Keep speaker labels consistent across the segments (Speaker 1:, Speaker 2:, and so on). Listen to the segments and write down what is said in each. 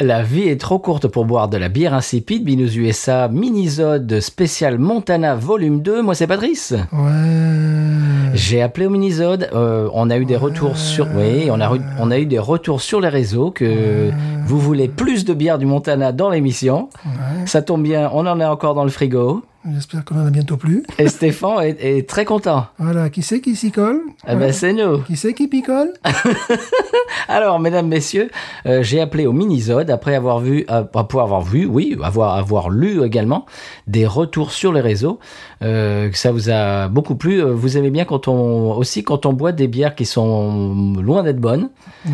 Speaker 1: La vie est trop courte pour boire de la bière insipide. Binous USA, minisode spécial Montana volume 2. Moi, c'est Patrice.
Speaker 2: Ouais.
Speaker 1: J'ai appelé au minisode. euh, on a eu des retours sur. Oui, on a, eu- on a eu des retours sur les réseaux que vous voulez plus de bière du Montana dans l'émission.
Speaker 2: ouais.
Speaker 1: Ça tombe bien, on en a encore dans le frigo.
Speaker 2: J'espère qu'on en a bientôt plus.
Speaker 1: Et Stéphane est, est très content.
Speaker 2: Voilà, qui c'est qui s'y colle
Speaker 1: Eh ben, c'est nous.
Speaker 2: Qui c'est qui picole
Speaker 1: Alors, mesdames, messieurs, euh, j'ai appelé au minisode après avoir vu, euh, après avoir vu, oui, avoir, avoir lu également des retours sur les réseaux. euh, que ça vous a beaucoup plu. Euh, Vous aimez bien quand on, aussi quand on boit des bières qui sont loin d'être bonnes.
Speaker 2: Ouais.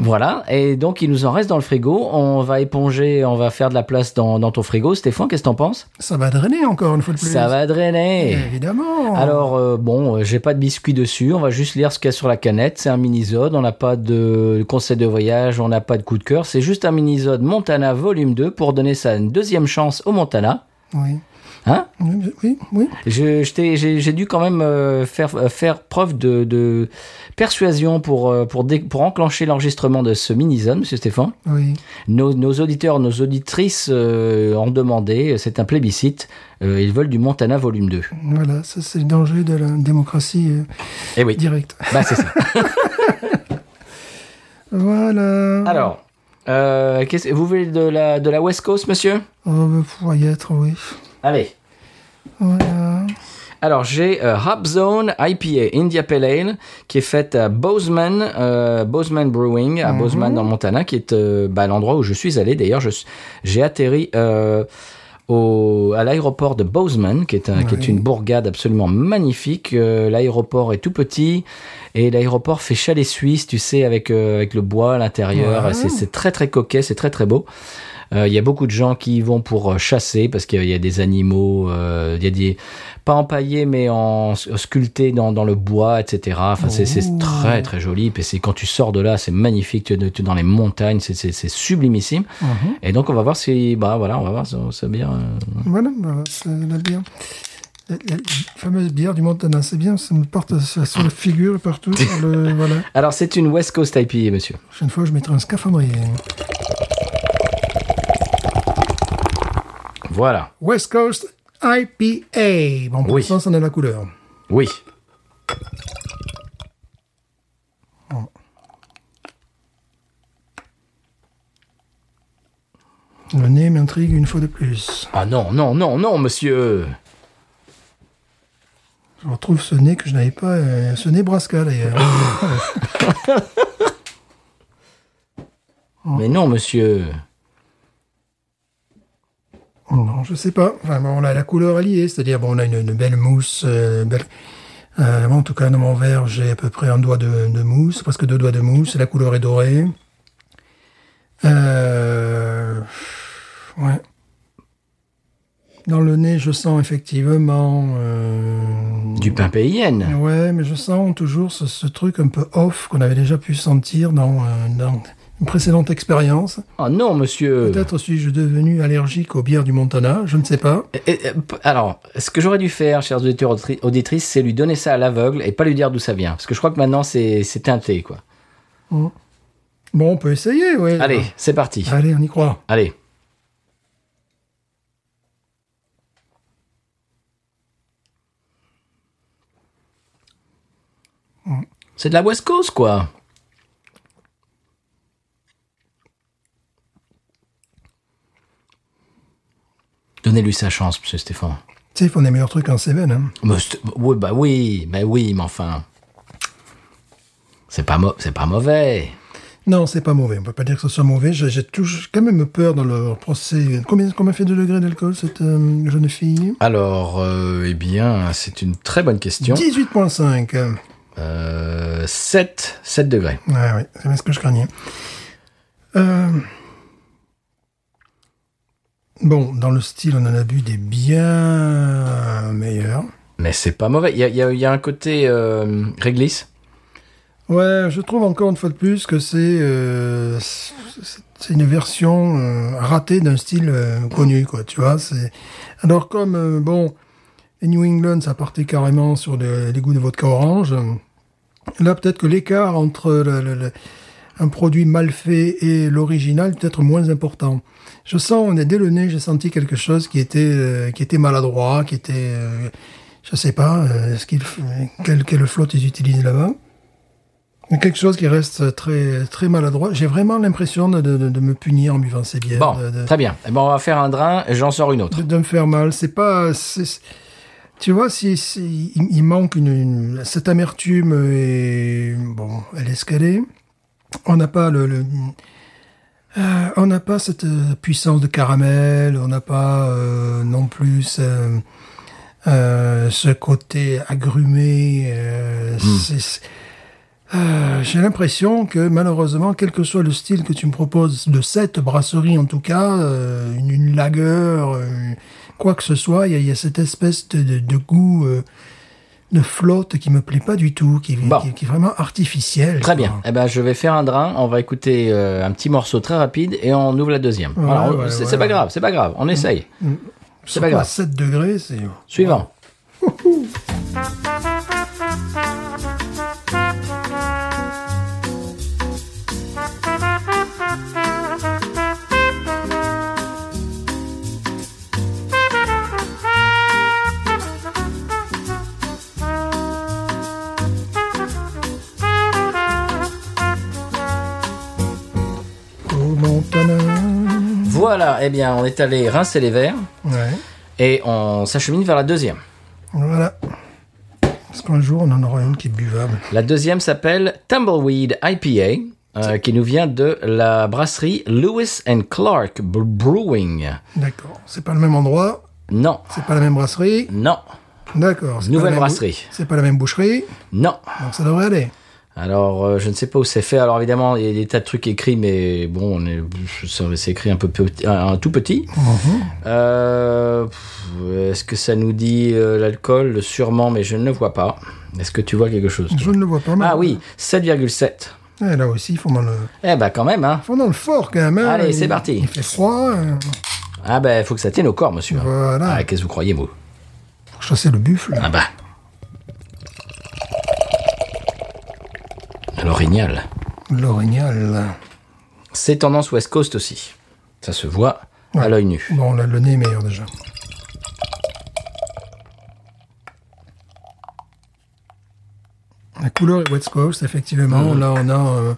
Speaker 1: Voilà. Et donc, il nous en reste dans le frigo. On va éponger, on va faire de la place dans, dans ton frigo. Stéphane, qu'est-ce que t'en penses?
Speaker 2: Ça va drainer encore une fois de plus.
Speaker 1: Ça va drainer.
Speaker 2: Évidemment.
Speaker 1: Alors euh, bon, euh, j'ai pas de biscuit dessus, on va juste lire ce qu'il y a sur la canette, c'est un mini-zode, on n'a pas de conseil de voyage, on n'a pas de coup de cœur, c'est juste un mini-zode Montana volume 2 pour donner sa deuxième chance au Montana.
Speaker 2: Oui.
Speaker 1: Hein
Speaker 2: Oui, oui, oui.
Speaker 1: Je- je t'ai- J'ai j'ai dû quand même euh, faire, euh, faire preuve de, de persuasion pour, euh, pour, dé- pour enclencher l'enregistrement de ce mini-zode, monsieur Stéphane.
Speaker 2: oui.
Speaker 1: Nos, nos auditeurs, nos auditrices euh, ont demandé, c'est un plébiscite, euh, ils veulent du Montana volume 2.
Speaker 2: Voilà, ça c'est le danger de la démocratie euh,
Speaker 1: Eh oui,
Speaker 2: directe.
Speaker 1: bah c'est ça.
Speaker 2: Voilà.
Speaker 1: Alors, euh, qu'est-ce- vous voulez de la, de la West Coast, monsieur
Speaker 2: On va pouvoir y être, oui.
Speaker 1: Allez.
Speaker 2: Voilà.
Speaker 1: Alors, j'ai euh, Hop Zone IPA, India Pale Ale, qui est faite à Bozeman, euh, Bozeman Brewing,
Speaker 2: Mhm.
Speaker 1: à Bozeman, dans le Montana, qui est euh, bah, l'endroit où je suis allé. D'ailleurs, je s- j'ai atterri euh, au, à l'aéroport de Bozeman, qui est, un- qui est
Speaker 2: Ouais.
Speaker 1: une bourgade absolument magnifique. Euh, l'aéroport est tout petit et l'aéroport fait chalet suisse, tu sais, avec, euh, avec le bois à l'intérieur.
Speaker 2: Ouais.
Speaker 1: C'est- C'est très, très coquet, c'est très, très beau. Euh, Il y a beaucoup de gens qui y vont pour euh, chasser parce qu'il y a- il y a des animaux, euh, il y a des pas empaillés mais en sculptés dans, dans le bois, etc. Enfin, c'est c'est
Speaker 2: Ouh.
Speaker 1: très très joli. Et c'est quand tu sors de là, c'est magnifique. Tu es tu es dans les montagnes, c'est- c'est c'est sublimissime.
Speaker 2: Mhm.
Speaker 1: Et donc on va voir si bah voilà, on va voir ça, ça bien. euh.
Speaker 2: Voilà, voilà, c'est la bière. La, la fameuse bière du Montana, c'est bien, ça me porte sur, sur la figure et partout. sur le- voilà.
Speaker 1: Alors c'est une West Coast IPA, monsieur.
Speaker 2: La prochaine fois, je mettrai un scaphandrier.
Speaker 1: Voilà.
Speaker 2: West Coast IPA. Bon, pour
Speaker 1: Oui.
Speaker 2: l'instant, ça en a la couleur.
Speaker 1: Oui.
Speaker 2: Le nez m'intrigue une fois de plus.
Speaker 1: Ah non non non non, monsieur.
Speaker 2: Je retrouve ce nez que je n'avais pas, euh, ce Nebraska d'ailleurs.
Speaker 1: Mais non monsieur.
Speaker 2: non, je sais pas. Enfin, bon, on a la couleur alliée, c'est-à-dire bon, on a une, une belle mousse. euh, belle... euh, moi, en tout cas, dans mon verre, j'ai à peu près un doigt de, de mousse, presque deux doigts de mousse. et La couleur est dorée. Euh, Ouais. Dans le nez, je sens effectivement. euh,
Speaker 1: Du pain payenne.
Speaker 2: Ouais, mais je sens toujours ce, ce truc un peu off qu'on avait déjà pu sentir dans, euh, dans une précédente expérience.
Speaker 1: Ah non monsieur.
Speaker 2: Peut-être suis-je devenu allergique aux bières du Montana, je ne sais pas.
Speaker 1: Et- et- p- alors, ce que j'aurais dû faire, chers auditeurs auditri- auditrices, c'est lui donner ça à l'aveugle et pas lui dire d'où ça vient. Parce que je crois que maintenant, c'est c'est teinté, quoi.
Speaker 2: Bon, on peut essayer, ouais.
Speaker 1: Allez, c'est parti.
Speaker 2: Allez, on y croit.
Speaker 1: Allez. C'est de la West Coast, quoi. Donnez-lui sa chance, monsieur Stéphane.
Speaker 2: Tu sais, ils font des meilleurs trucs en Cévennes. Hein.
Speaker 1: Mais c'est- oui, bah oui, mais oui, mais enfin. C'est pas, mau- c'est pas mauvais.
Speaker 2: Non, c'est pas mauvais, on peut pas dire que ce soit mauvais. J'ai j'ai toujours quand même peur dans leur procès. Combien, combien fait de degrés d'alcool cette euh, jeune fille
Speaker 1: Alors, euh, eh bien, c'est une très bonne question.
Speaker 2: 18,5.
Speaker 1: Euh, 7, 7 degrés.
Speaker 2: Ouais, ouais, c'est bien ce que je craignais. Euh, Bon, dans le style, on en a bu des bien meilleurs.
Speaker 1: Mais c'est pas mauvais. Il y a, il y a- il y a un côté euh, réglisse.
Speaker 2: Ouais, je trouve encore une fois de plus que c'est euh, c'est c'est une version euh, ratée d'un style euh, connu, quoi. Tu vois, c'est alors comme euh, bon, les New England, ça partait carrément sur le- les goûts de vodka orange. Là, peut-être que l'écart entre le, le- le- un produit mal fait et l'original peut-être moins important. Je sens, on est dès le nez, j'ai senti quelque chose qui était, euh, qui était maladroit, qui était, euh, je sais pas, euh, ce qu'ils, f- quelle, quelle flotte ils utilisent là-bas. Mais Quelque chose qui reste très, très maladroit. J'ai vraiment l'impression de, de- de me punir en buvant ces bières.
Speaker 1: Bon,
Speaker 2: de- de-
Speaker 1: très bien. Eh ben, on va faire un drain, et j'en sors une autre.
Speaker 2: de, de me faire mal. C'est pas. c'est- tu vois, si, si- il, il manque une, une- cette amertume et bon, elle est escalée. On n'a pas le. le- euh, on n'a pas cette euh, puissance de caramel. On n'a pas euh, non plus. euh, euh, ce côté agrumé, euh,
Speaker 1: Hmm.
Speaker 2: c'est- c'est- euh, j'ai l'impression que malheureusement, quel que soit le style que tu me proposes de cette brasserie en tout cas, euh, une, une lager, euh, quoi que ce soit, il y, a- il y a cette espèce de, de- de goût euh, de flotte qui me plaît pas du tout, qui,
Speaker 1: Bon.
Speaker 2: qui- qui est vraiment artificiel.
Speaker 1: Très
Speaker 2: quoi.
Speaker 1: bien. Eh ben, je vais faire un drain. On va écouter euh, un petit morceau très rapide et on ouvre la deuxième.
Speaker 2: Ouais,
Speaker 1: Voilà, on-
Speaker 2: ouais,
Speaker 1: c'est
Speaker 2: ouais,
Speaker 1: c'est pas
Speaker 2: ouais.
Speaker 1: grave, c'est pas grave. On essaye.
Speaker 2: Surtout
Speaker 1: pas grave.
Speaker 2: à 7 degrés, c'est...
Speaker 1: Suivant.
Speaker 2: Oh, Montana.
Speaker 1: Voilà. Eh bien, on est allé rincer les verres
Speaker 2: Ouais.
Speaker 1: et on s'achemine vers la deuxième.
Speaker 2: Voilà. Parce qu'un jour, on en aura une qui est buvable.
Speaker 1: La deuxième s'appelle Tumbleweed IPA. euh, qui nous vient de la brasserie Lewis and Clark Bre- Brewing.
Speaker 2: D'accord. C'est pas le même endroit,
Speaker 1: Non,
Speaker 2: c'est pas la même brasserie.
Speaker 1: non,
Speaker 2: D'accord. c'est pas
Speaker 1: Nouvelle
Speaker 2: la même bou-
Speaker 1: brasserie.
Speaker 2: C'est pas la même boucherie,
Speaker 1: non.
Speaker 2: donc ça devrait aller.
Speaker 1: Alors, euh, je ne sais pas où c'est fait. Alors, évidemment, il y a des tas de trucs écrits, mais bon, on est, ça, c'est écrit un peu petit, un, un tout petit.
Speaker 2: Mhm.
Speaker 1: Euh, pff, Est-ce que ça nous dit euh, l'alcool Sûrement, mais je ne le vois pas. Est-ce que tu vois quelque chose toi
Speaker 2: Je ne le vois pas mal.
Speaker 1: Ah oui, 7,7.
Speaker 2: Eh, là aussi, ils font dans le,
Speaker 1: Eh ben, quand même, hein.
Speaker 2: ils font dans le fort quand même. hein.
Speaker 1: Allez,
Speaker 2: Il-
Speaker 1: c'est parti.
Speaker 2: Il fait froid. euh,
Speaker 1: Ah ben, faut que ça tienne au corps, monsieur.
Speaker 2: Voilà.
Speaker 1: Ah, qu'est-ce que vous croyez, vous
Speaker 2: Pour chasser le buffle.
Speaker 1: Ah bah. Alors, génial.
Speaker 2: L'orignal.
Speaker 1: C'est tendance West Coast aussi. Ça se voit à
Speaker 2: Ouais.
Speaker 1: l'œil nu.
Speaker 2: Bon, là, le nez est meilleur déjà. La couleur est West Coast, effectivement. Là, on a euh,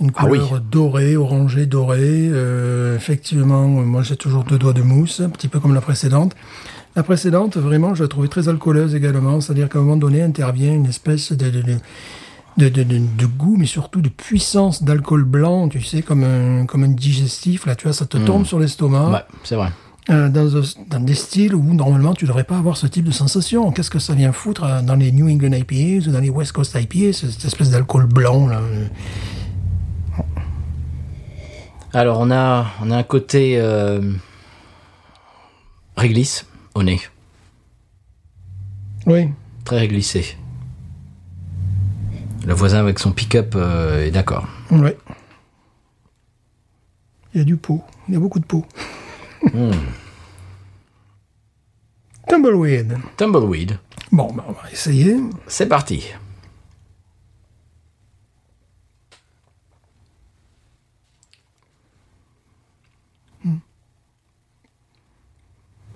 Speaker 2: une
Speaker 1: Mm. Ah oui.
Speaker 2: couleur dorée, orangée, dorée. Euh, effectivement, euh, moi, j'ai toujours deux doigts de mousse, un petit peu comme la précédente. La précédente, vraiment, je la trouvais très alcooleuse également. C'est-à-dire qu'à un moment donné, intervient une espèce de... de- de- de, de, de, de goût, mais surtout de puissance d'alcool blanc, tu sais, comme un, comme un digestif, là, tu vois, ça
Speaker 1: Mm.
Speaker 2: te tombe sur l'estomac.
Speaker 1: Ouais, c'est vrai.
Speaker 2: Euh, dans, un- dans des styles où normalement tu devrais pas avoir ce type de sensation. Qu'est-ce que ça vient foutre euh, dans les New England IPAs ou dans les West Coast IPAs, ce- cette espèce d'alcool blanc là euh.
Speaker 1: Alors on a, on a un côté euh, réglisse au nez,
Speaker 2: Oui.
Speaker 1: très réglissé. Le voisin avec son pick-up euh, est d'accord.
Speaker 2: Oui. Il y a du pot. Il y a beaucoup de pot. Tumbleweed.
Speaker 1: Tumbleweed,
Speaker 2: Bon, bah, on va essayer.
Speaker 1: c'est parti.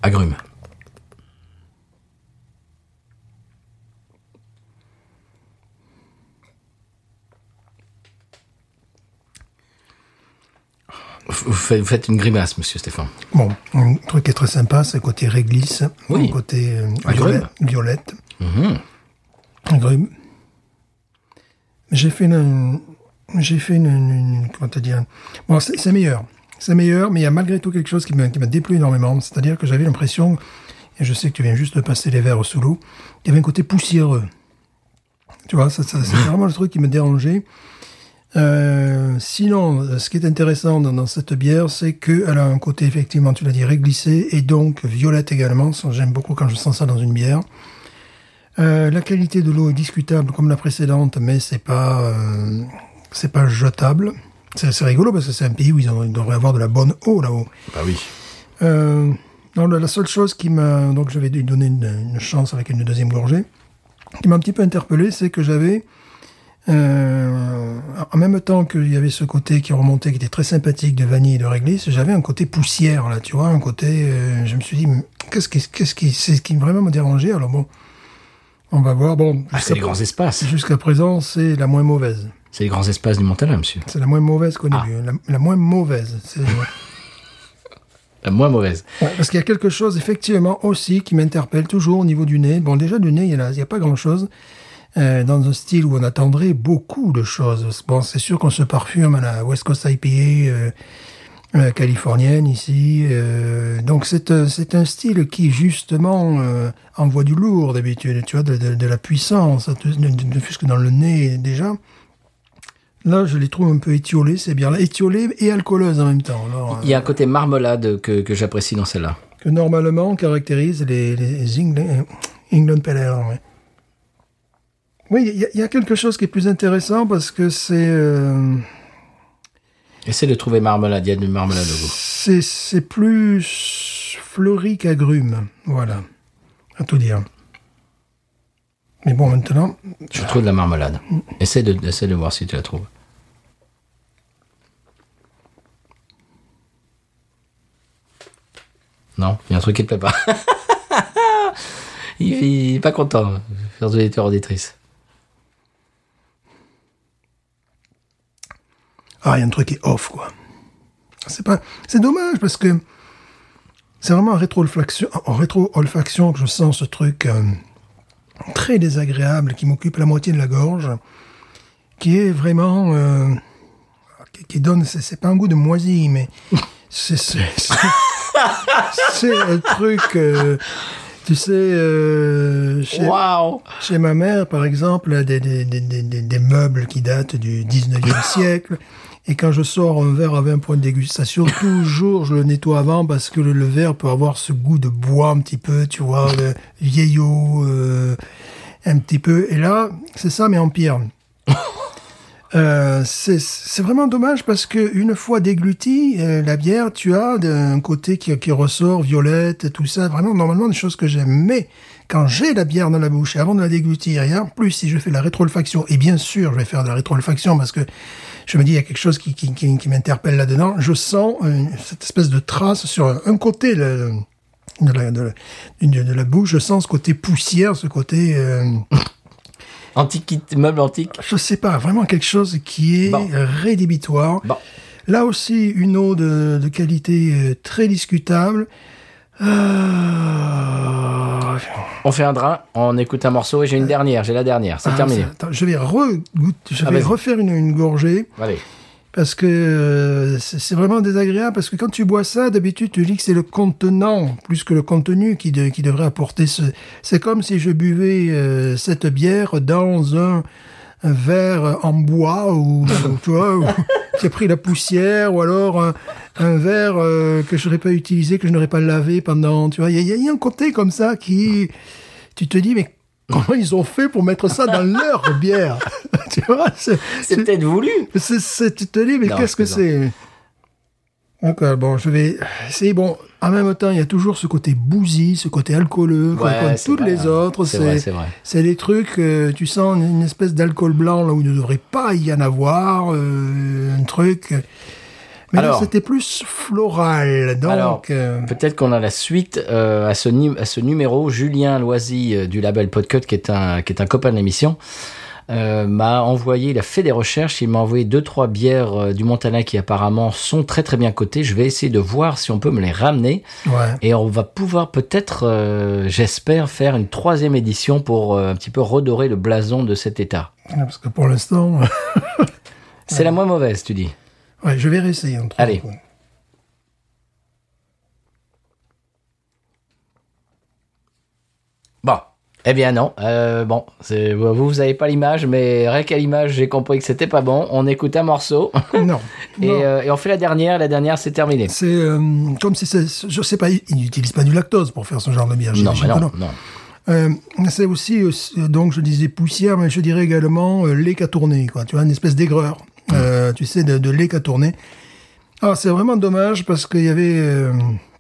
Speaker 1: Agrumes. Vous faites- vous faites une grimace, monsieur Stéphane.
Speaker 2: Bon, un truc qui est très sympa, c'est le côté réglisse,
Speaker 1: Oui.
Speaker 2: le côté euh,
Speaker 1: Agrume.
Speaker 2: violette. violette. Agrume. J'ai fait une, j'ai fait une, une- une- comment te dire, bon, c'est c'est meilleur, c'est meilleur, mais il y a malgré tout quelque chose qui m'a qui m'a déplu énormément, c'est-à-dire que j'avais l'impression, et je sais que tu viens juste de passer les verres sous l'eau, il y avait un côté poussiéreux. Tu vois, ça, ça, c'est vraiment le truc qui me dérangeait. Euh, sinon, euh, ce qui est intéressant dans, dans cette bière, c'est qu'elle a un côté, effectivement, tu l'as dit, réglissé, et donc violette également. Ça, J'aime beaucoup quand je sens ça dans une bière. Euh, la qualité de l'eau est discutable comme la précédente, mais c'est pas, euh, c'est pas jetable. C'est c'est rigolo parce que c'est un pays où ils, en- ils devraient avoir de la bonne eau là-haut.
Speaker 1: Bah oui.
Speaker 2: Euh, non, la, la seule chose qui m'a. Donc, j'avais dû donner une, une chance avec une deuxième gorgée. Qui m'a un petit peu interpellé, c'est que j'avais Euh, en même temps qu'il y avait ce côté qui remontait, qui était très sympathique de vanille et de réglisse, j'avais un côté poussière, là, tu vois, un côté, euh, je me suis dit, mais qu'est-ce qui, qu'est-ce qui, c'est ce qui vraiment me dérangeait. Alors bon, on va voir. Bon,
Speaker 1: Ah, c'est
Speaker 2: jusqu'à
Speaker 1: les grands espaces.
Speaker 2: jusqu'à présent, c'est la moins mauvaise.
Speaker 1: C'est les grands espaces du Montana, monsieur.
Speaker 2: C'est la moins mauvaise connue.
Speaker 1: Ah.
Speaker 2: La, la moins mauvaise. C'est-
Speaker 1: La moins mauvaise.
Speaker 2: Ouais, parce qu'il y a quelque chose, effectivement, aussi qui m'interpelle toujours au niveau du nez. Bon, déjà, du nez, il n'y a, il y a pas grand-chose. Euh, dans un style où on attendrait beaucoup de choses. Bon, c'est sûr qu'on se parfume à la West Coast IPA euh, euh, californienne ici. euh, donc, c'est un, c'est un style qui, justement, euh, envoie du lourd d'habitude, tu vois, de, de- de la puissance, de, de, de- ne fût-ce que dans le nez déjà. Là, je les trouve un peu étiolées, ces bières-là. Étiolées et alcooleuses en même temps. Alors, euh,
Speaker 1: Il y a un côté marmelade que, que j'apprécie dans celle-là.
Speaker 2: que normalement caractérise les, les Engla- euh, England Pale Ale, ouais. Oui, il y, a- il y a quelque chose qui est plus intéressant parce que c'est euh,
Speaker 1: Essaye de trouver marmelade. Il y a du marmelade au goût.
Speaker 2: c'est c'est plus fleuri qu'agrume, voilà, à tout dire. Mais bon, maintenant,
Speaker 1: Je trouve de la marmelade. Essaye de, essaie de voir si tu la trouves. Non, il y a un truc qui te plaît pas. il, il est pas content, faire de l'éditeur auditrice.
Speaker 2: ah, il y a un truc qui est off, quoi. C'est pas, c'est dommage parce que c'est vraiment en rétro-olfaction, en rétro-olfaction que je sens ce truc euh, très désagréable qui m'occupe la moitié de la gorge, qui est vraiment, euh, qui, qui donne, c'est, c'est pas un goût de moisi, mais c'est, c'est, c'est, c'est un truc, euh, tu sais, euh, chez,
Speaker 1: Waouh
Speaker 2: chez ma mère, par exemple, des, des, des, des, des- des meubles qui datent du 19e siècle. Et quand je sors un verre avec un point de dégustation, toujours je le nettoie avant parce que le, le verre peut avoir ce goût de bois un petit peu, tu vois, de vieillot, euh, un petit peu. Et là, c'est ça, mais en pire. Euh, c'est c'est vraiment dommage parce que une fois déglutie, euh, la bière, tu as de- un côté qui, qui ressort violette, et tout ça. Vraiment, normalement, des choses que j'aime. Mais quand j'ai la bière dans la bouche et avant de la déglutir, et en plus, si je fais de la rétrolfaction, et bien sûr, je vais faire de la rétrolfaction parce que je me dis, il y a quelque chose qui, qui, qui, qui m'interpelle là-dedans. Je sens euh, cette espèce de trace sur un, un côté le- de, la, de, la, de, de la bouche. Je sens ce côté poussière, ce côté. euh,
Speaker 1: Antiquité, meuble antique.
Speaker 2: je sais pas, vraiment quelque chose qui est
Speaker 1: Bon.
Speaker 2: rédhibitoire.
Speaker 1: Bon,
Speaker 2: Là aussi, une eau de, de qualité euh, très discutable. Euh,
Speaker 1: on fait un drain, on écoute un morceau et j'ai une dernière, j'ai la dernière, c'est
Speaker 2: ah,
Speaker 1: terminé.
Speaker 2: ça- attends, je vais, re- goûter- je
Speaker 1: Ah,
Speaker 2: vais
Speaker 1: vas-y.
Speaker 2: refaire une, une gorgée
Speaker 1: Allez,
Speaker 2: parce que euh, c'est c'est vraiment désagréable parce que quand tu bois ça, d'habitude, tu dis que c'est le contenant plus que le contenu qui, de- qui devrait apporter ce... C'est comme si je buvais euh, cette bière dans un, un verre en bois ou, ou, tu vois, ou qui a pris la poussière ou alors un, un verre euh, que je n'aurais pas utilisé, que je n'aurais pas lavé pendant... Tu vois, il y a- il y, a- il y a un côté comme ça qui... Tu te dis, mais... Comment ils ont fait pour mettre ça dans leur bière Tu vois, c'est-
Speaker 1: c'est
Speaker 2: c'est-
Speaker 1: peut-être voulu.
Speaker 2: c'est, c'est, tu te dis, mais
Speaker 1: Non,
Speaker 2: qu'est-ce que
Speaker 1: je
Speaker 2: c'est Donc, euh, bon, je vais essayer. Bon, en même temps, il y a toujours ce côté bousy, ce côté alcooleux, comme,
Speaker 1: Ouais,
Speaker 2: comme
Speaker 1: c'est
Speaker 2: toutes
Speaker 1: vrai,
Speaker 2: les
Speaker 1: hein.
Speaker 2: autres.
Speaker 1: C'est vrai, c'est vrai.
Speaker 2: c'est des trucs, euh, tu sens une, une espèce d'alcool blanc là où il ne devrait pas y en avoir, euh, un truc. Mais là,
Speaker 1: Alors.
Speaker 2: c'était plus floral. Donc,
Speaker 1: Alors,
Speaker 2: euh,
Speaker 1: Peut-être qu'on a la suite euh, à, ce nu- à ce numéro. Julien Loisy euh, du label Podcut, qui est un, qui est un copain de l'émission, euh, m'a envoyé, il a fait des recherches, il m'a envoyé deux trois bières euh, du Montana qui apparemment sont très très bien cotées. Je vais essayer de voir si on peut me les ramener
Speaker 2: ouais.
Speaker 1: et on va pouvoir peut-être, euh, j'espère, faire une troisième édition pour euh, un petit peu redorer le blason de cet état.
Speaker 2: Parce que pour l'instant,
Speaker 1: C'est la moins mauvaise, tu dis.
Speaker 2: ouais, je vais réessayer. entre
Speaker 1: Allez.
Speaker 2: autres.
Speaker 1: Bon. Eh bien non, Euh, bon, c'est- vous, vous avez pas l'image, mais rien qu'à l'image, j'ai compris que c'était pas bon. On écoute un morceau.
Speaker 2: Non.
Speaker 1: Et,
Speaker 2: non.
Speaker 1: euh, et on fait la dernière, la dernière c'est terminé.
Speaker 2: C'est euh, comme si c'est, je sais pas, ils ils n'utilisent pas du lactose pour faire ce genre de bière.
Speaker 1: Non,
Speaker 2: j'imagine
Speaker 1: mais
Speaker 2: que
Speaker 1: non, non.
Speaker 2: Euh, c'est aussi, euh, donc je disais poussière, mais je dirais également euh, lait qu'à tourner, quoi. Tu vois, une espèce d'aigreur, euh, tu sais, de, de lait qu'à tourner. Ah, c'est vraiment dommage parce qu'il y avait, euh,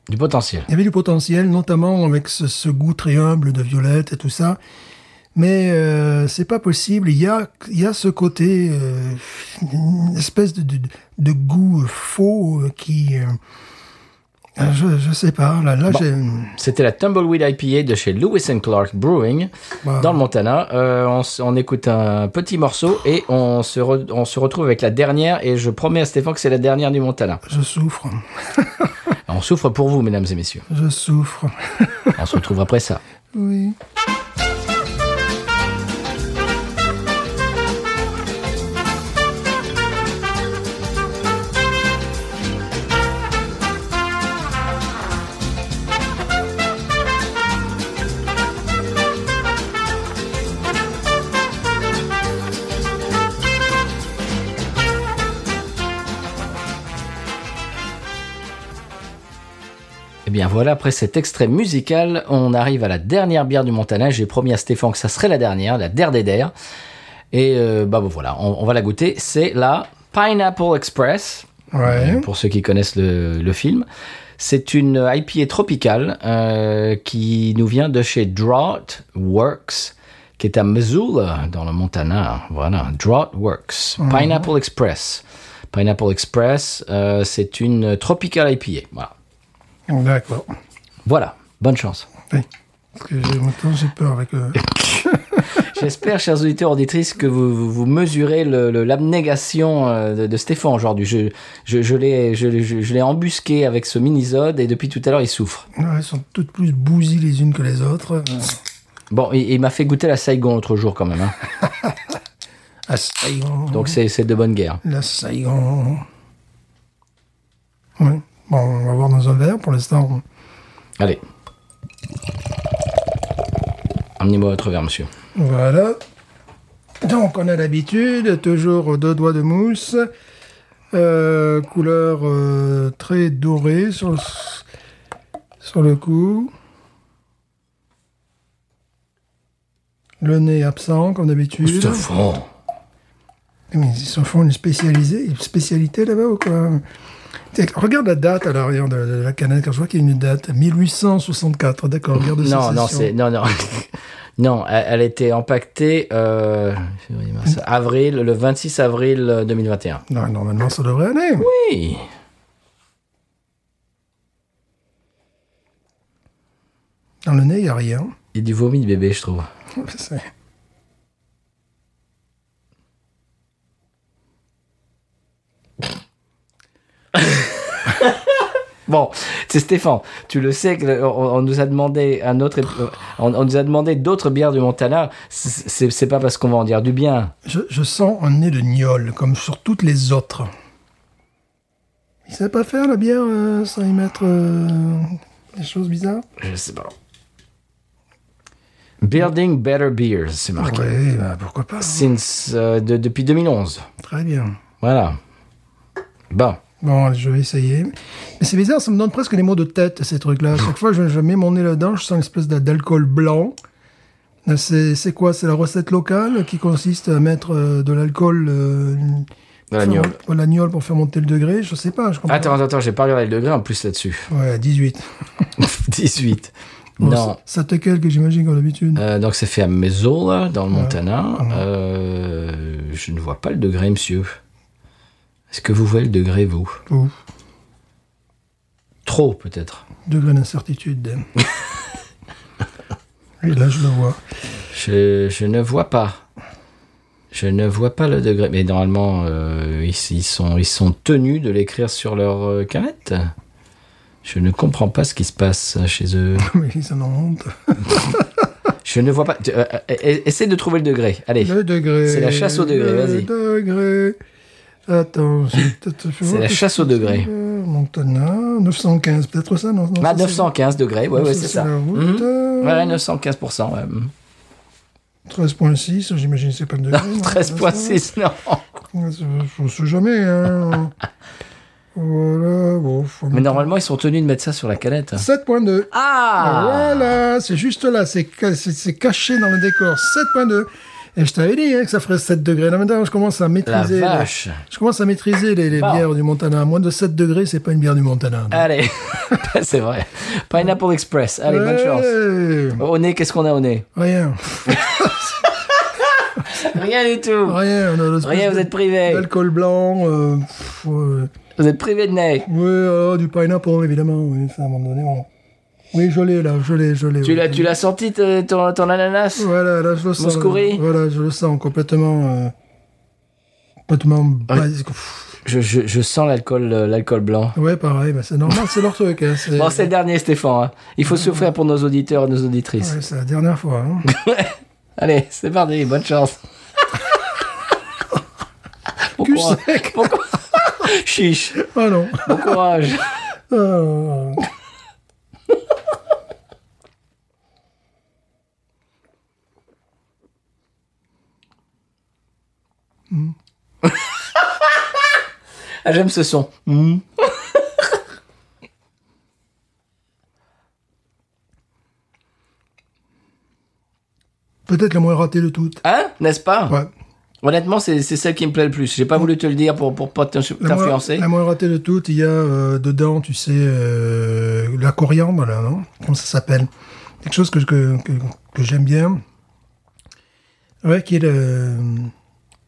Speaker 1: Du potentiel.
Speaker 2: il y avait du potentiel, notamment avec ce, ce goût très humble de violette et tout ça. Mais euh, c'est pas possible. Il y a, il y a ce côté, euh, une espèce de, de, de goût faux euh, qui. euh, je, je sais pas. Là, là
Speaker 1: Bon.
Speaker 2: j'ai.
Speaker 1: C'était la Tumbleweed IPA de chez Lewis and Clark Brewing
Speaker 2: bah,
Speaker 1: dans le Montana. Euh, on, s- on écoute un petit morceau et on se, re- on se retrouve avec la dernière. Et je promets à Stéphane que c'est la dernière du Montana.
Speaker 2: Je souffre.
Speaker 1: On souffre pour vous, mesdames et messieurs.
Speaker 2: Je souffre.
Speaker 1: On se retrouve après ça.
Speaker 2: Oui.
Speaker 1: Eh bien voilà, après cet extrait musical, on arrive à la dernière bière du Montana. J'ai promis à Stéphane que ça serait la dernière, la der des der. Et euh, bah bon, voilà, on, on va la goûter. C'est la Pineapple Express.
Speaker 2: Ouais.
Speaker 1: Euh, pour ceux qui connaissent le, le film. C'est une IPA tropicale euh, qui nous vient de chez Drought Works, qui est à Missoula, dans le Montana. Voilà, Drought Works, Pineapple Express. Pineapple Express, euh, c'est une tropicale IPA. Voilà.
Speaker 2: D'accord.
Speaker 1: voilà. Bonne chance.
Speaker 2: Oui. Parce que j'ai- maintenant, j'ai peur avec euh, le.
Speaker 1: J'espère, chers auditeurs, auditrices, que vous, vous, vous mesurez le- le- l'abnégation euh, de, de Stéphane aujourd'hui. Je, je, je l'ai je, l'ai- je l'ai embusqué avec ce mini-zode et depuis tout à l'heure, il souffre.
Speaker 2: Ouais, elles sont toutes plus bousies les unes que les autres. Euh,
Speaker 1: Bon, il, il m'a fait goûter la Saigon l'autre jour quand même. hein.
Speaker 2: La Saigon.
Speaker 1: Donc c'est c'est de bonne guerre.
Speaker 2: La Saigon. Ouais. Bon, on va voir dans un verre. Pour l'instant,
Speaker 1: Allez. Amenez-moi votre verre, monsieur.
Speaker 2: Voilà. Donc, on a l'habitude, toujours deux doigts de mousse, Euh, couleur euh, très dorée sur le, sur le cou. Le nez absent, comme
Speaker 1: Oh,
Speaker 2: d'habitude.
Speaker 1: Stéphane
Speaker 2: Mais ils se font une, spécialisée, une spécialité là-bas ou quoi Tiens, Regarde la date à l'arrière de, de la canette, car je vois qu'il y a une date, 1864, d'accord, regarde
Speaker 1: Non, non,
Speaker 2: sensation.
Speaker 1: c'est non, non, non. Elle, elle était empaquetée euh, février, mars, avril, le 26 avril euh, 2021.
Speaker 2: Non, normalement, ça devrait aller.
Speaker 1: Oui.
Speaker 2: Dans le nez, il n'y a rien.
Speaker 1: Il y a du vomi de bébé, je trouve.
Speaker 2: C'est-
Speaker 1: Bon, c'est Stéphane. Tu le sais que le- on, on nous a demandé un autre, ép- euh, on, on nous a demandé d'autres bières du Montana. C'est- C'est c'est pas parce qu'on va en dire du bien.
Speaker 2: Je, je sens un nez de gnôle, comme sur toutes les autres. Il sait pas faire la bière euh, sans y mettre euh, des choses bizarres
Speaker 1: Je sais pas. Building Better Beers, c'est marqué.
Speaker 2: Oui, bah, pourquoi pas. hein.
Speaker 1: Since, euh, de- depuis 2011.
Speaker 2: Très bien.
Speaker 1: Voilà. Bon.
Speaker 2: Bon, allez, je vais essayer. Mais c'est bizarre, ça me donne presque les maux de tête, ces trucs-là. À Chaque fois, je, je mets mon nez là-dedans, je sens une espèce d'a- d'alcool blanc. Euh, C'est c'est quoi C'est la recette locale qui consiste à mettre euh, de l'alcool... euh,
Speaker 1: De la gnôle.
Speaker 2: de la gnôle pour faire monter le degré Je sais pas, je comprends.
Speaker 1: Attends, attends, attends, j'ai pas regardé le degré en plus là-dessus.
Speaker 2: Ouais, 18.
Speaker 1: 18.
Speaker 2: Bon,
Speaker 1: non.
Speaker 2: ça- Ça te que j'imagine, comme d'habitude.
Speaker 1: Euh, donc c'est fait à Missoula, dans le Montana.
Speaker 2: Ah
Speaker 1: Euh, je ne vois pas le degré, monsieur. Est-ce que vous voyez le degré, vous
Speaker 2: Ouf.
Speaker 1: Trop, peut-être.
Speaker 2: Degré d'incertitude. Et là, je le vois.
Speaker 1: Je, je ne vois pas. Je ne vois pas le degré. Mais normalement, euh, ils, ils sont, ils sont tenus de l'écrire sur leur euh, canette. Je ne comprends pas ce qui se passe chez eux.
Speaker 2: Mais ils en ont honte.
Speaker 1: Je ne vois pas. Tu- euh, euh, euh, essaie de trouver le degré. Allez.
Speaker 2: Le degré.
Speaker 1: C'est la chasse au degré,
Speaker 2: le
Speaker 1: vas-y.
Speaker 2: degré. Attends,
Speaker 1: C'est
Speaker 2: c'est
Speaker 1: la chasse au degré.
Speaker 2: euh, Montana, 915, peut-être ça, non, non
Speaker 1: Ah,
Speaker 2: ça, c'est-
Speaker 1: 915 degrés. Ouais, ouais, c'est
Speaker 2: sur
Speaker 1: ça.
Speaker 2: la route,
Speaker 1: Mhm.
Speaker 2: euh,
Speaker 1: Ouais, 915%. ouais. Mhm.
Speaker 2: 13.6, j'imagine que c'est pas le degré. non,
Speaker 1: 13.6, non.
Speaker 2: c'est ça. Je ne sais jamais. Hein. voilà, bon. faut-
Speaker 1: Mais normalement, ils sont tenus de mettre ça sur la canette.
Speaker 2: 7.2.
Speaker 1: Ah
Speaker 2: Voilà, c'est juste là, c'est ca- c'est- c'est caché dans le décor, 7.2. Et je t'avais dit hein, que ça ferait 7 degrés. Là, maintenant, je commence à
Speaker 1: La
Speaker 2: maîtriser. les-
Speaker 1: vache
Speaker 2: je commence à maîtriser les, les
Speaker 1: Bon.
Speaker 2: bières du Montana. Moins de 7 degrés, c'est pas une bière du Montana.
Speaker 1: Allez, c'est vrai. Pineapple Express. Allez, bonne chance.
Speaker 2: Ouais,
Speaker 1: Au nez, qu'est-ce qu'on a au nez
Speaker 2: Rien.
Speaker 1: Rien du tout.
Speaker 2: Rien, on a l'espèce
Speaker 1: Rien,
Speaker 2: de-
Speaker 1: vous êtes privé.
Speaker 2: d'alcool blanc, euh, pff, euh,
Speaker 1: Vous êtes privé de nez.
Speaker 2: oui, alors, du pineapple, évidemment, oui, ça, à un moment donné, on- Oui, je l'ai, là, je l'ai, je l'ai.
Speaker 1: Tu
Speaker 2: oui.
Speaker 1: l'as, tu l'as senti te- ton, ton ananas
Speaker 2: Voilà, là, je le sens.
Speaker 1: Mouskouri.
Speaker 2: Voilà, je le sens complètement... euh, complètement basique. Pff,
Speaker 1: je, je, je sens l'alcool, euh, l'alcool blanc.
Speaker 2: Ouais, pareil, bah, c'est normal, c'est leur truc. Hein, c'est
Speaker 1: Bon, c'est le dernier, Stéphane. hein. Il faut souffrir pour nos auditeurs et nos auditrices.
Speaker 2: Ouais, c'est la dernière fois. hein.
Speaker 1: Allez, c'est parti, bonne chance. Bon
Speaker 2: Cul
Speaker 1: courage.
Speaker 2: sec.
Speaker 1: Bon cour- Chiche,
Speaker 2: Ah non.
Speaker 1: bon courage.
Speaker 2: Euh,
Speaker 1: Ah, j'aime ce son. Mm.
Speaker 2: Peut-être la moins ratée de toutes.
Speaker 1: Hein, n'est-ce pas
Speaker 2: Ouais.
Speaker 1: Honnêtement, c'est c'est celle qui me plaît le plus. J'ai pas voulu te le dire pour, pour pas t'in-
Speaker 2: La moins,
Speaker 1: t'influencer.
Speaker 2: la moins ratée de toutes, il y a euh, dedans, tu sais, euh, la coriandre, là, non Comment ça s'appelle Quelque chose que, que, que, que j'aime bien. Ouais, qui est le...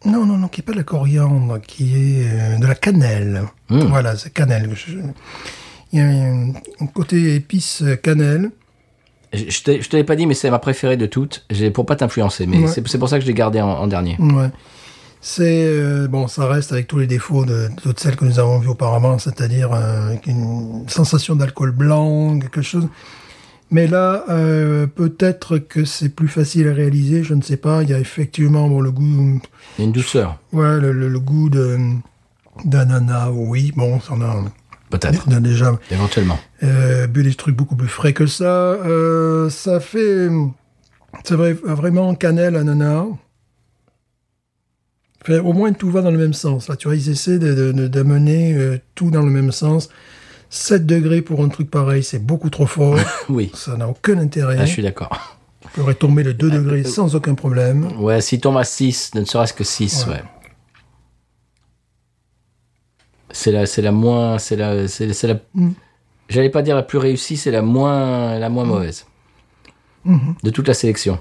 Speaker 2: Non, non, non, qui est pas de la coriandre, qui est euh, de la cannelle. Voilà, c'est cannelle. Je- Il y a un, un côté épice euh, cannelle.
Speaker 1: Je, je t'ai- je te l'ai pas dit, mais c'est ma préférée de toutes. J'ai- Pour pas t'influencer, mais
Speaker 2: Ouais.
Speaker 1: c'est c'est pour ça que je l'ai gardée en, en dernier.
Speaker 2: Ouais. C'est euh, bon, ça reste avec tous les défauts de, de toutes celles que nous avons vues auparavant, c'est-à-dire euh, avec une sensation d'alcool blanc, quelque chose. Mais là, euh, peut-être que c'est plus facile à réaliser, je ne sais pas. Il y a effectivement bon, le goût,
Speaker 1: Il y a une douceur,
Speaker 2: ouais, le, le- le goût de d'ananas, oui, bon, ça en a,
Speaker 1: peut-être,
Speaker 2: on a déjà
Speaker 1: éventuellement.
Speaker 2: euh, bu des trucs beaucoup plus frais que ça. Euh, ça fait, c'est vrai, vraiment cannelle, ananas. Enfin, au moins tout va dans le même sens. Là, tu vois, ils essaient de- de- de- d'amener euh, tout dans le même sens. 7 degrés pour un truc pareil, c'est beaucoup trop fort.
Speaker 1: Oui,
Speaker 2: ça n'a aucun intérêt.
Speaker 1: là, Ah, je suis Ah, euh, d'accord.
Speaker 2: Tu aurais tombé le 2 degrés sans aucun problème.
Speaker 1: Ouais, si tombe à 6, ne serait-ce que 6, ouais. C'est la, c'est la moins, c'est la, c'est c'est la.
Speaker 2: Mm.
Speaker 1: J'allais pas dire la plus réussie, c'est la moins, la moins mauvaise
Speaker 2: Mm-hmm.
Speaker 1: de toute la sélection.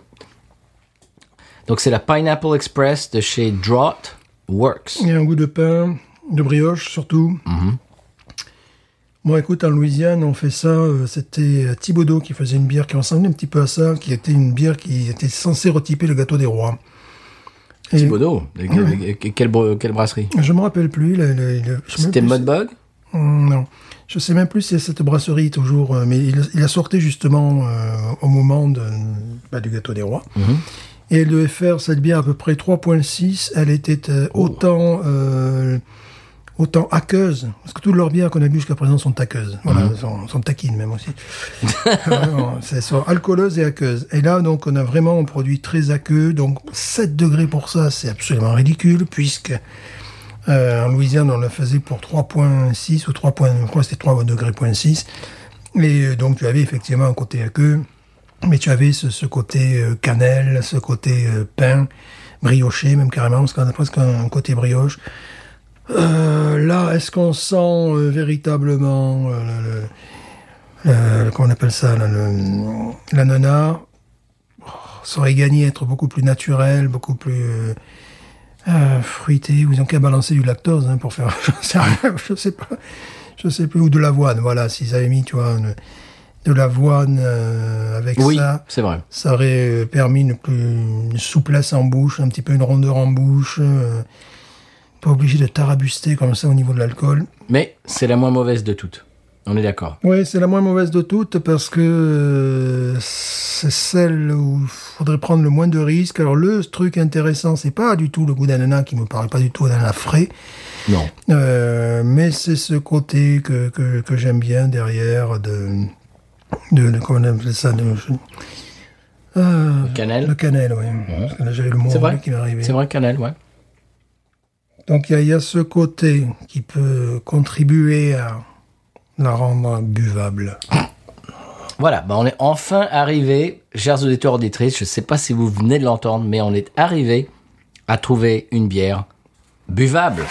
Speaker 1: Donc c'est la Pineapple Express de chez Draught Works.
Speaker 2: Il y a un goût de pain, de brioche surtout.
Speaker 1: Mhm.
Speaker 2: Bon, écoute, en Louisiane, on fait ça. euh, C'était euh, Thibaudot qui faisait une bière qui ressemblait un petit peu à ça, qui était une bière qui était censée retyper le gâteau des rois. Et
Speaker 1: Thibaudot, de-
Speaker 2: Mm.
Speaker 1: de- de- quelle, br- quelle brasserie
Speaker 2: Je me rappelle plus. le- le- le- je sais même
Speaker 1: C'était
Speaker 2: plus
Speaker 1: Modbug
Speaker 2: si- Hum, Non. Je sais même plus si c'est cette brasserie toujours, euh, mais il, il a sorti justement euh, au moment de, bah, du gâteau des rois. Et elle devait faire cette bière à peu près 3.6. Elle était euh, autant euh, autant aqueuse, parce que toutes leurs bières qu'on a bu jusqu'à présent sont aqueuses. Voilà, sont, sont taquines même aussi. Vraiment, c'est- sont alcooleuses et aqueuses. Et là, donc, on a vraiment un produit très aqueux. Donc, 7 degrés pour ça, c'est absolument ridicule, puisque euh, en Louisiane, on la faisait pour 3.6 ou 3. Point, je crois que c'était 3 degrés point 6. Et euh, donc, tu avais effectivement un côté aqueux, mais tu avais ce, ce côté euh, cannelle, ce côté euh, pain, brioché même carrément, parce qu'on a presque un côté brioche. Euh, là, est-ce qu'on sent euh, véritablement euh, le, le- le- comment on appelle ça, là, le- l'ananas Oh, Ça aurait gagné à être beaucoup plus naturel, beaucoup plus euh, euh, fruité. Ou Ils ont qu'à balancer du lactose hein, pour faire. Je sais, rien, je sais pas, je sais plus. Ou de l'avoine. Voilà, s'ils avaient mis, tu vois, une- de l'avoine euh, avec
Speaker 1: Oui,
Speaker 2: ça.
Speaker 1: c'est vrai.
Speaker 2: Ça aurait euh, permis une, plus, une souplesse en bouche, un petit peu une rondeur en bouche. euh, pas obligé de tarabuster comme ça au niveau de l'alcool.
Speaker 1: Mais c'est la moins mauvaise de toutes. On est d'accord.
Speaker 2: Oui, c'est la moins mauvaise de toutes parce que euh, c'est celle où il faudrait prendre le moins de risques. Alors le truc intéressant, c'est pas du tout le goût d'ananas qui me paraît pas du tout d'ananas frais,
Speaker 1: Non.
Speaker 2: euh, mais c'est ce côté que, que, que j'aime bien derrière de, de, de- comment on appelle ça, de, je- Ah,
Speaker 1: Cannelle
Speaker 2: Le cannelle, oui. Parce que là, j'avais le mot
Speaker 1: C'est
Speaker 2: anglais
Speaker 1: vrai.
Speaker 2: qui m'est arrivé.
Speaker 1: C'est vrai, Canal, ouais.
Speaker 2: Donc il y a- il y, a ce côté qui peut contribuer à la rendre buvable.
Speaker 1: Voilà, bah on est enfin arrivé, chers auditeurs auditrices, je ne sais pas si vous venez de l'entendre, mais on est arrivé à trouver une bière buvable.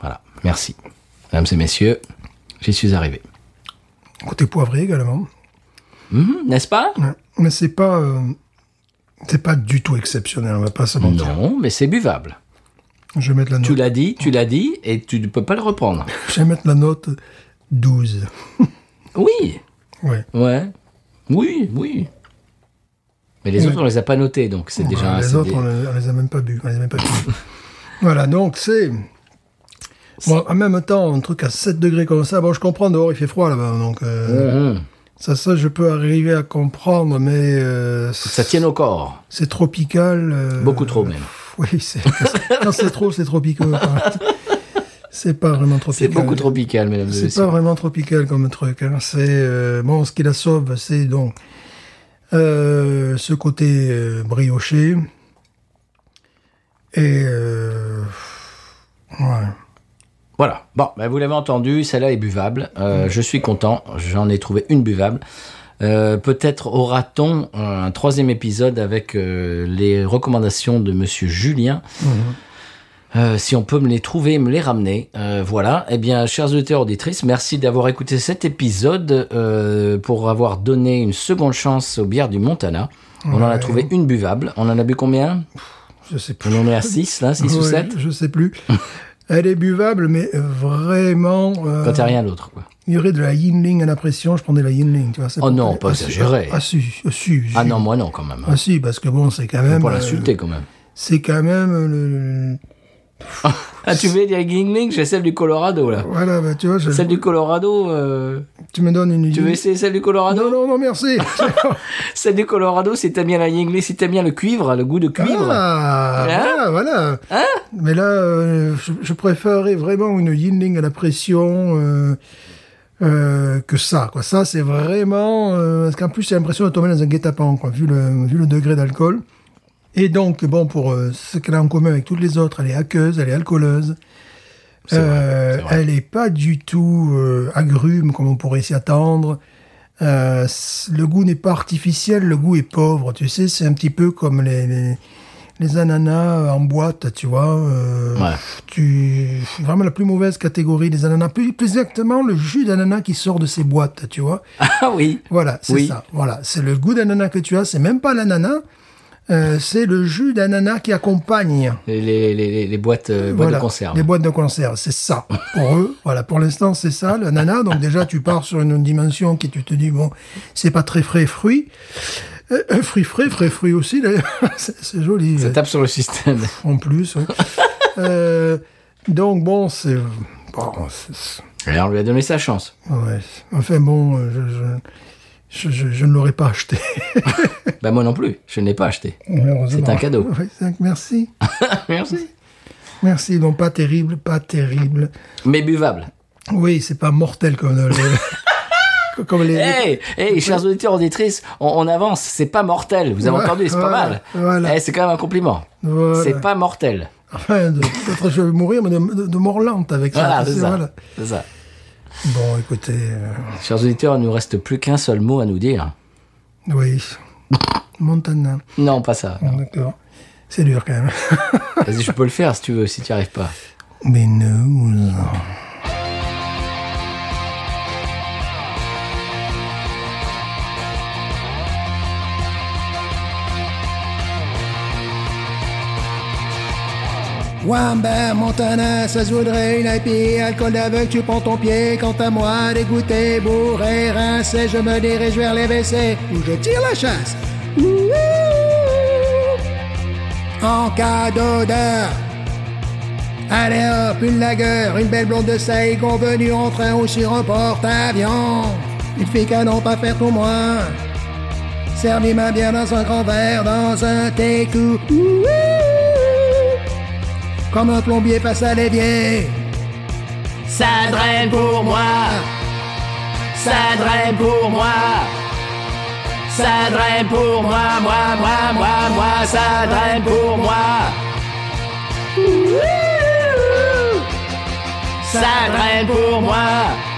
Speaker 1: Voilà, merci. Mesdames et messieurs, J'y suis arrivé.
Speaker 2: Côté poivré également.
Speaker 1: Mhm, N'est-ce pas
Speaker 2: Ouais. Mais c'est pas, euh, c'est pas du tout exceptionnel, on va pas se mentir.
Speaker 1: Non, mais c'est buvable.
Speaker 2: Je vais mettre la
Speaker 1: Tu
Speaker 2: note,
Speaker 1: l'as dit, tu l'as dit, et tu ne peux pas le reprendre.
Speaker 2: je vais mettre la note 12.
Speaker 1: Oui,
Speaker 2: Ouais.
Speaker 1: ouais, oui, oui. Mais les
Speaker 2: Oui.
Speaker 1: autres, on les a pas notés, donc c'est déjà.
Speaker 2: les
Speaker 1: c'est
Speaker 2: autres,
Speaker 1: des-
Speaker 2: on, les, on les a même pas bu. On les a même pas bu. voilà, donc c'est. Bon, en même temps, un truc à 7 degrés comme ça, bon, je comprends, dehors il fait froid là-bas, donc euh,
Speaker 1: Mhm.
Speaker 2: ça, ça, je peux arriver à comprendre, mais euh,
Speaker 1: Ça tient au corps,
Speaker 2: c'est tropical. euh,
Speaker 1: beaucoup trop même.
Speaker 2: Oui, c'est quand c'est trop, c'est tropical. c'est pas vraiment
Speaker 1: C'est
Speaker 2: tropical.
Speaker 1: beaucoup tropical, mesdames et
Speaker 2: C'est pas
Speaker 1: messieurs.
Speaker 2: vraiment tropical comme truc. hein. C'est euh, bon, ce qui la sauve, c'est donc euh, ce côté euh, brioché et euh, ouais.
Speaker 1: Voilà. Bon, ben, vous l'avez entendu, celle-là est buvable.
Speaker 2: Mm.
Speaker 1: Euh, Je suis content, j'en ai trouvé une buvable. Euh, Peut-être aura-t-on euh, un troisième épisode avec euh, les recommandations de Monsieur Julien.
Speaker 2: Mm.
Speaker 1: Euh, si on peut me les trouver, me les ramener. Euh, voilà. Eh bien, chers auditeurs, auditrices, merci d'avoir écouté cet épisode euh, pour avoir donné une seconde chance aux bières du Montana. On en a
Speaker 2: Ouais.
Speaker 1: trouvé une buvable. On en a bu combien
Speaker 2: Je sais plus.
Speaker 1: On en est à 6, là, 6 ou
Speaker 2: Ouais,
Speaker 1: 7
Speaker 2: Je sais plus. Elle est buvable, mais vraiment. euh,
Speaker 1: Quand t'as rien d'autre, quoi.
Speaker 2: il y aurait de la Yinling à la pression. Je prenais la Yinling, tu vois. c'est
Speaker 1: Oh
Speaker 2: pour-
Speaker 1: non, pas
Speaker 2: Ah, si,
Speaker 1: exagéré.
Speaker 2: Ah si, ah, si,
Speaker 1: Ah
Speaker 2: si.
Speaker 1: non, moi non, quand même.
Speaker 2: Ah si, parce que bon, c'est quand même.
Speaker 1: Pour
Speaker 2: euh,
Speaker 1: l'insulter, quand même.
Speaker 2: C'est quand même le.
Speaker 1: Ah, tu veux dire Gingling J'ai celle du Colorado, là.
Speaker 2: Voilà, bah, tu vois, je-
Speaker 1: Celle du Colorado, euh,
Speaker 2: tu me donnes une.
Speaker 1: tu veux essayer celle du Colorado
Speaker 2: Non, non, non, merci.
Speaker 1: Celle du Colorado, si t'aimes bien la Yingling, si t'aimes bien le cuivre, le goût de cuivre.
Speaker 2: Ah, voilà, voilà. Mais là, euh, je, je préférerais vraiment une Yinling à la pression euh, euh, que ça. Quoi. Ça, c'est vraiment... euh, parce qu'en plus, j'ai l'impression de tomber dans un guet-apens, quoi, vu le, vu le degré d'alcool. Et donc, bon, pour euh, ce qu'elle a en commun avec toutes les autres, elle est aqueuse, elle est alcooleuse.
Speaker 1: C'est vrai,
Speaker 2: Euh,
Speaker 1: c'est vrai.
Speaker 2: Elle n'est pas du tout euh, agrume comme on pourrait s'y attendre. Euh, c- le goût n'est pas artificiel, le goût est pauvre. Tu sais, c'est un petit peu comme les, les, les ananas en boîte, tu vois. euh,
Speaker 1: Ouais.
Speaker 2: tu, vraiment la plus mauvaise catégorie des ananas. Plus, plus exactement, le jus d'ananas qui sort de ces boîtes, tu vois.
Speaker 1: Ah oui.
Speaker 2: Voilà, c'est
Speaker 1: Oui.
Speaker 2: ça. Voilà, c'est le goût d'ananas que tu as. C'est même pas l'ananas. euh, c'est le jus d'ananas qui accompagne.
Speaker 1: Les, les, les, les boîtes, euh, boîtes
Speaker 2: Voilà,
Speaker 1: de conserve.
Speaker 2: Les boîtes de conserve, c'est ça. Pour eux, voilà, pour l'instant, c'est ça, l'ananas. Donc déjà, tu pars sur une dimension qui, tu te dis, bon, c'est pas très frais, fruits. Euh, euh, fruits frais, frais, fruits aussi, d'ailleurs. c'est c'est joli.
Speaker 1: Ça tape sur le système.
Speaker 2: En plus, oui. Euh, donc bon, c'est... Bon, c'est-
Speaker 1: Alors, on lui a donné sa chance.
Speaker 2: ouais. Enfin bon, euh, je, je, je, je ne l'aurais pas acheté.
Speaker 1: Bah, moi non plus. Je ne l'ai pas acheté.
Speaker 2: malheureusement.
Speaker 1: C'est un cadeau.
Speaker 2: Ouais, c'est- merci.
Speaker 1: Merci.
Speaker 2: Merci. Donc pas terrible, pas terrible.
Speaker 1: Mais buvable.
Speaker 2: Oui, c'est pas mortel comme les- comme les...
Speaker 1: Hey, hey, chers auditeurs, auditrices, on, on avance. C'est pas mortel. Vous avez
Speaker 2: Voilà,
Speaker 1: entendu, c'est pas
Speaker 2: voilà,
Speaker 1: mal.
Speaker 2: voilà.
Speaker 1: Eh, c'est quand même un compliment.
Speaker 2: Voilà.
Speaker 1: C'est pas mortel.
Speaker 2: Enfin, de- peut-être je vais mourir, mais de, de, de mort lente avec ça.
Speaker 1: Voilà,
Speaker 2: tu
Speaker 1: c'est
Speaker 2: sais,
Speaker 1: ça.
Speaker 2: Ah, voilà.
Speaker 1: C'est ça.
Speaker 2: Bon, écoutez, euh,
Speaker 1: Chers auditeurs, il nous reste plus qu'un seul mot à nous dire.
Speaker 2: oui. Montana,
Speaker 1: Non, pas ça.
Speaker 2: d'accord. C'est dur quand même.
Speaker 1: Vas-y, je peux le faire si tu veux, si tu n'y arrives pas.
Speaker 2: Mais nous. Wamba, Montana, ça se voudrait une IP, alcool d'aveugle, tu prends ton pied, quant à moi, dégoûté, bourré, rincé, je me dirige vers les WC, où je tire la chasse. Ouh. En cas d'odeur, Allez hop, une lagueur, une belle blonde de Saigon venue en train ou sur un porte-avions. Une fille canon pas faire pour moi. Servi ma bien dans un grand verre, dans un técou. Comme un plombier passe à l'évier.
Speaker 1: Ça draine pour moi. Ça draine pour moi. Ça draine pour moi, moi, moi, moi, moi. Ça draine pour moi. Ça draine pour moi.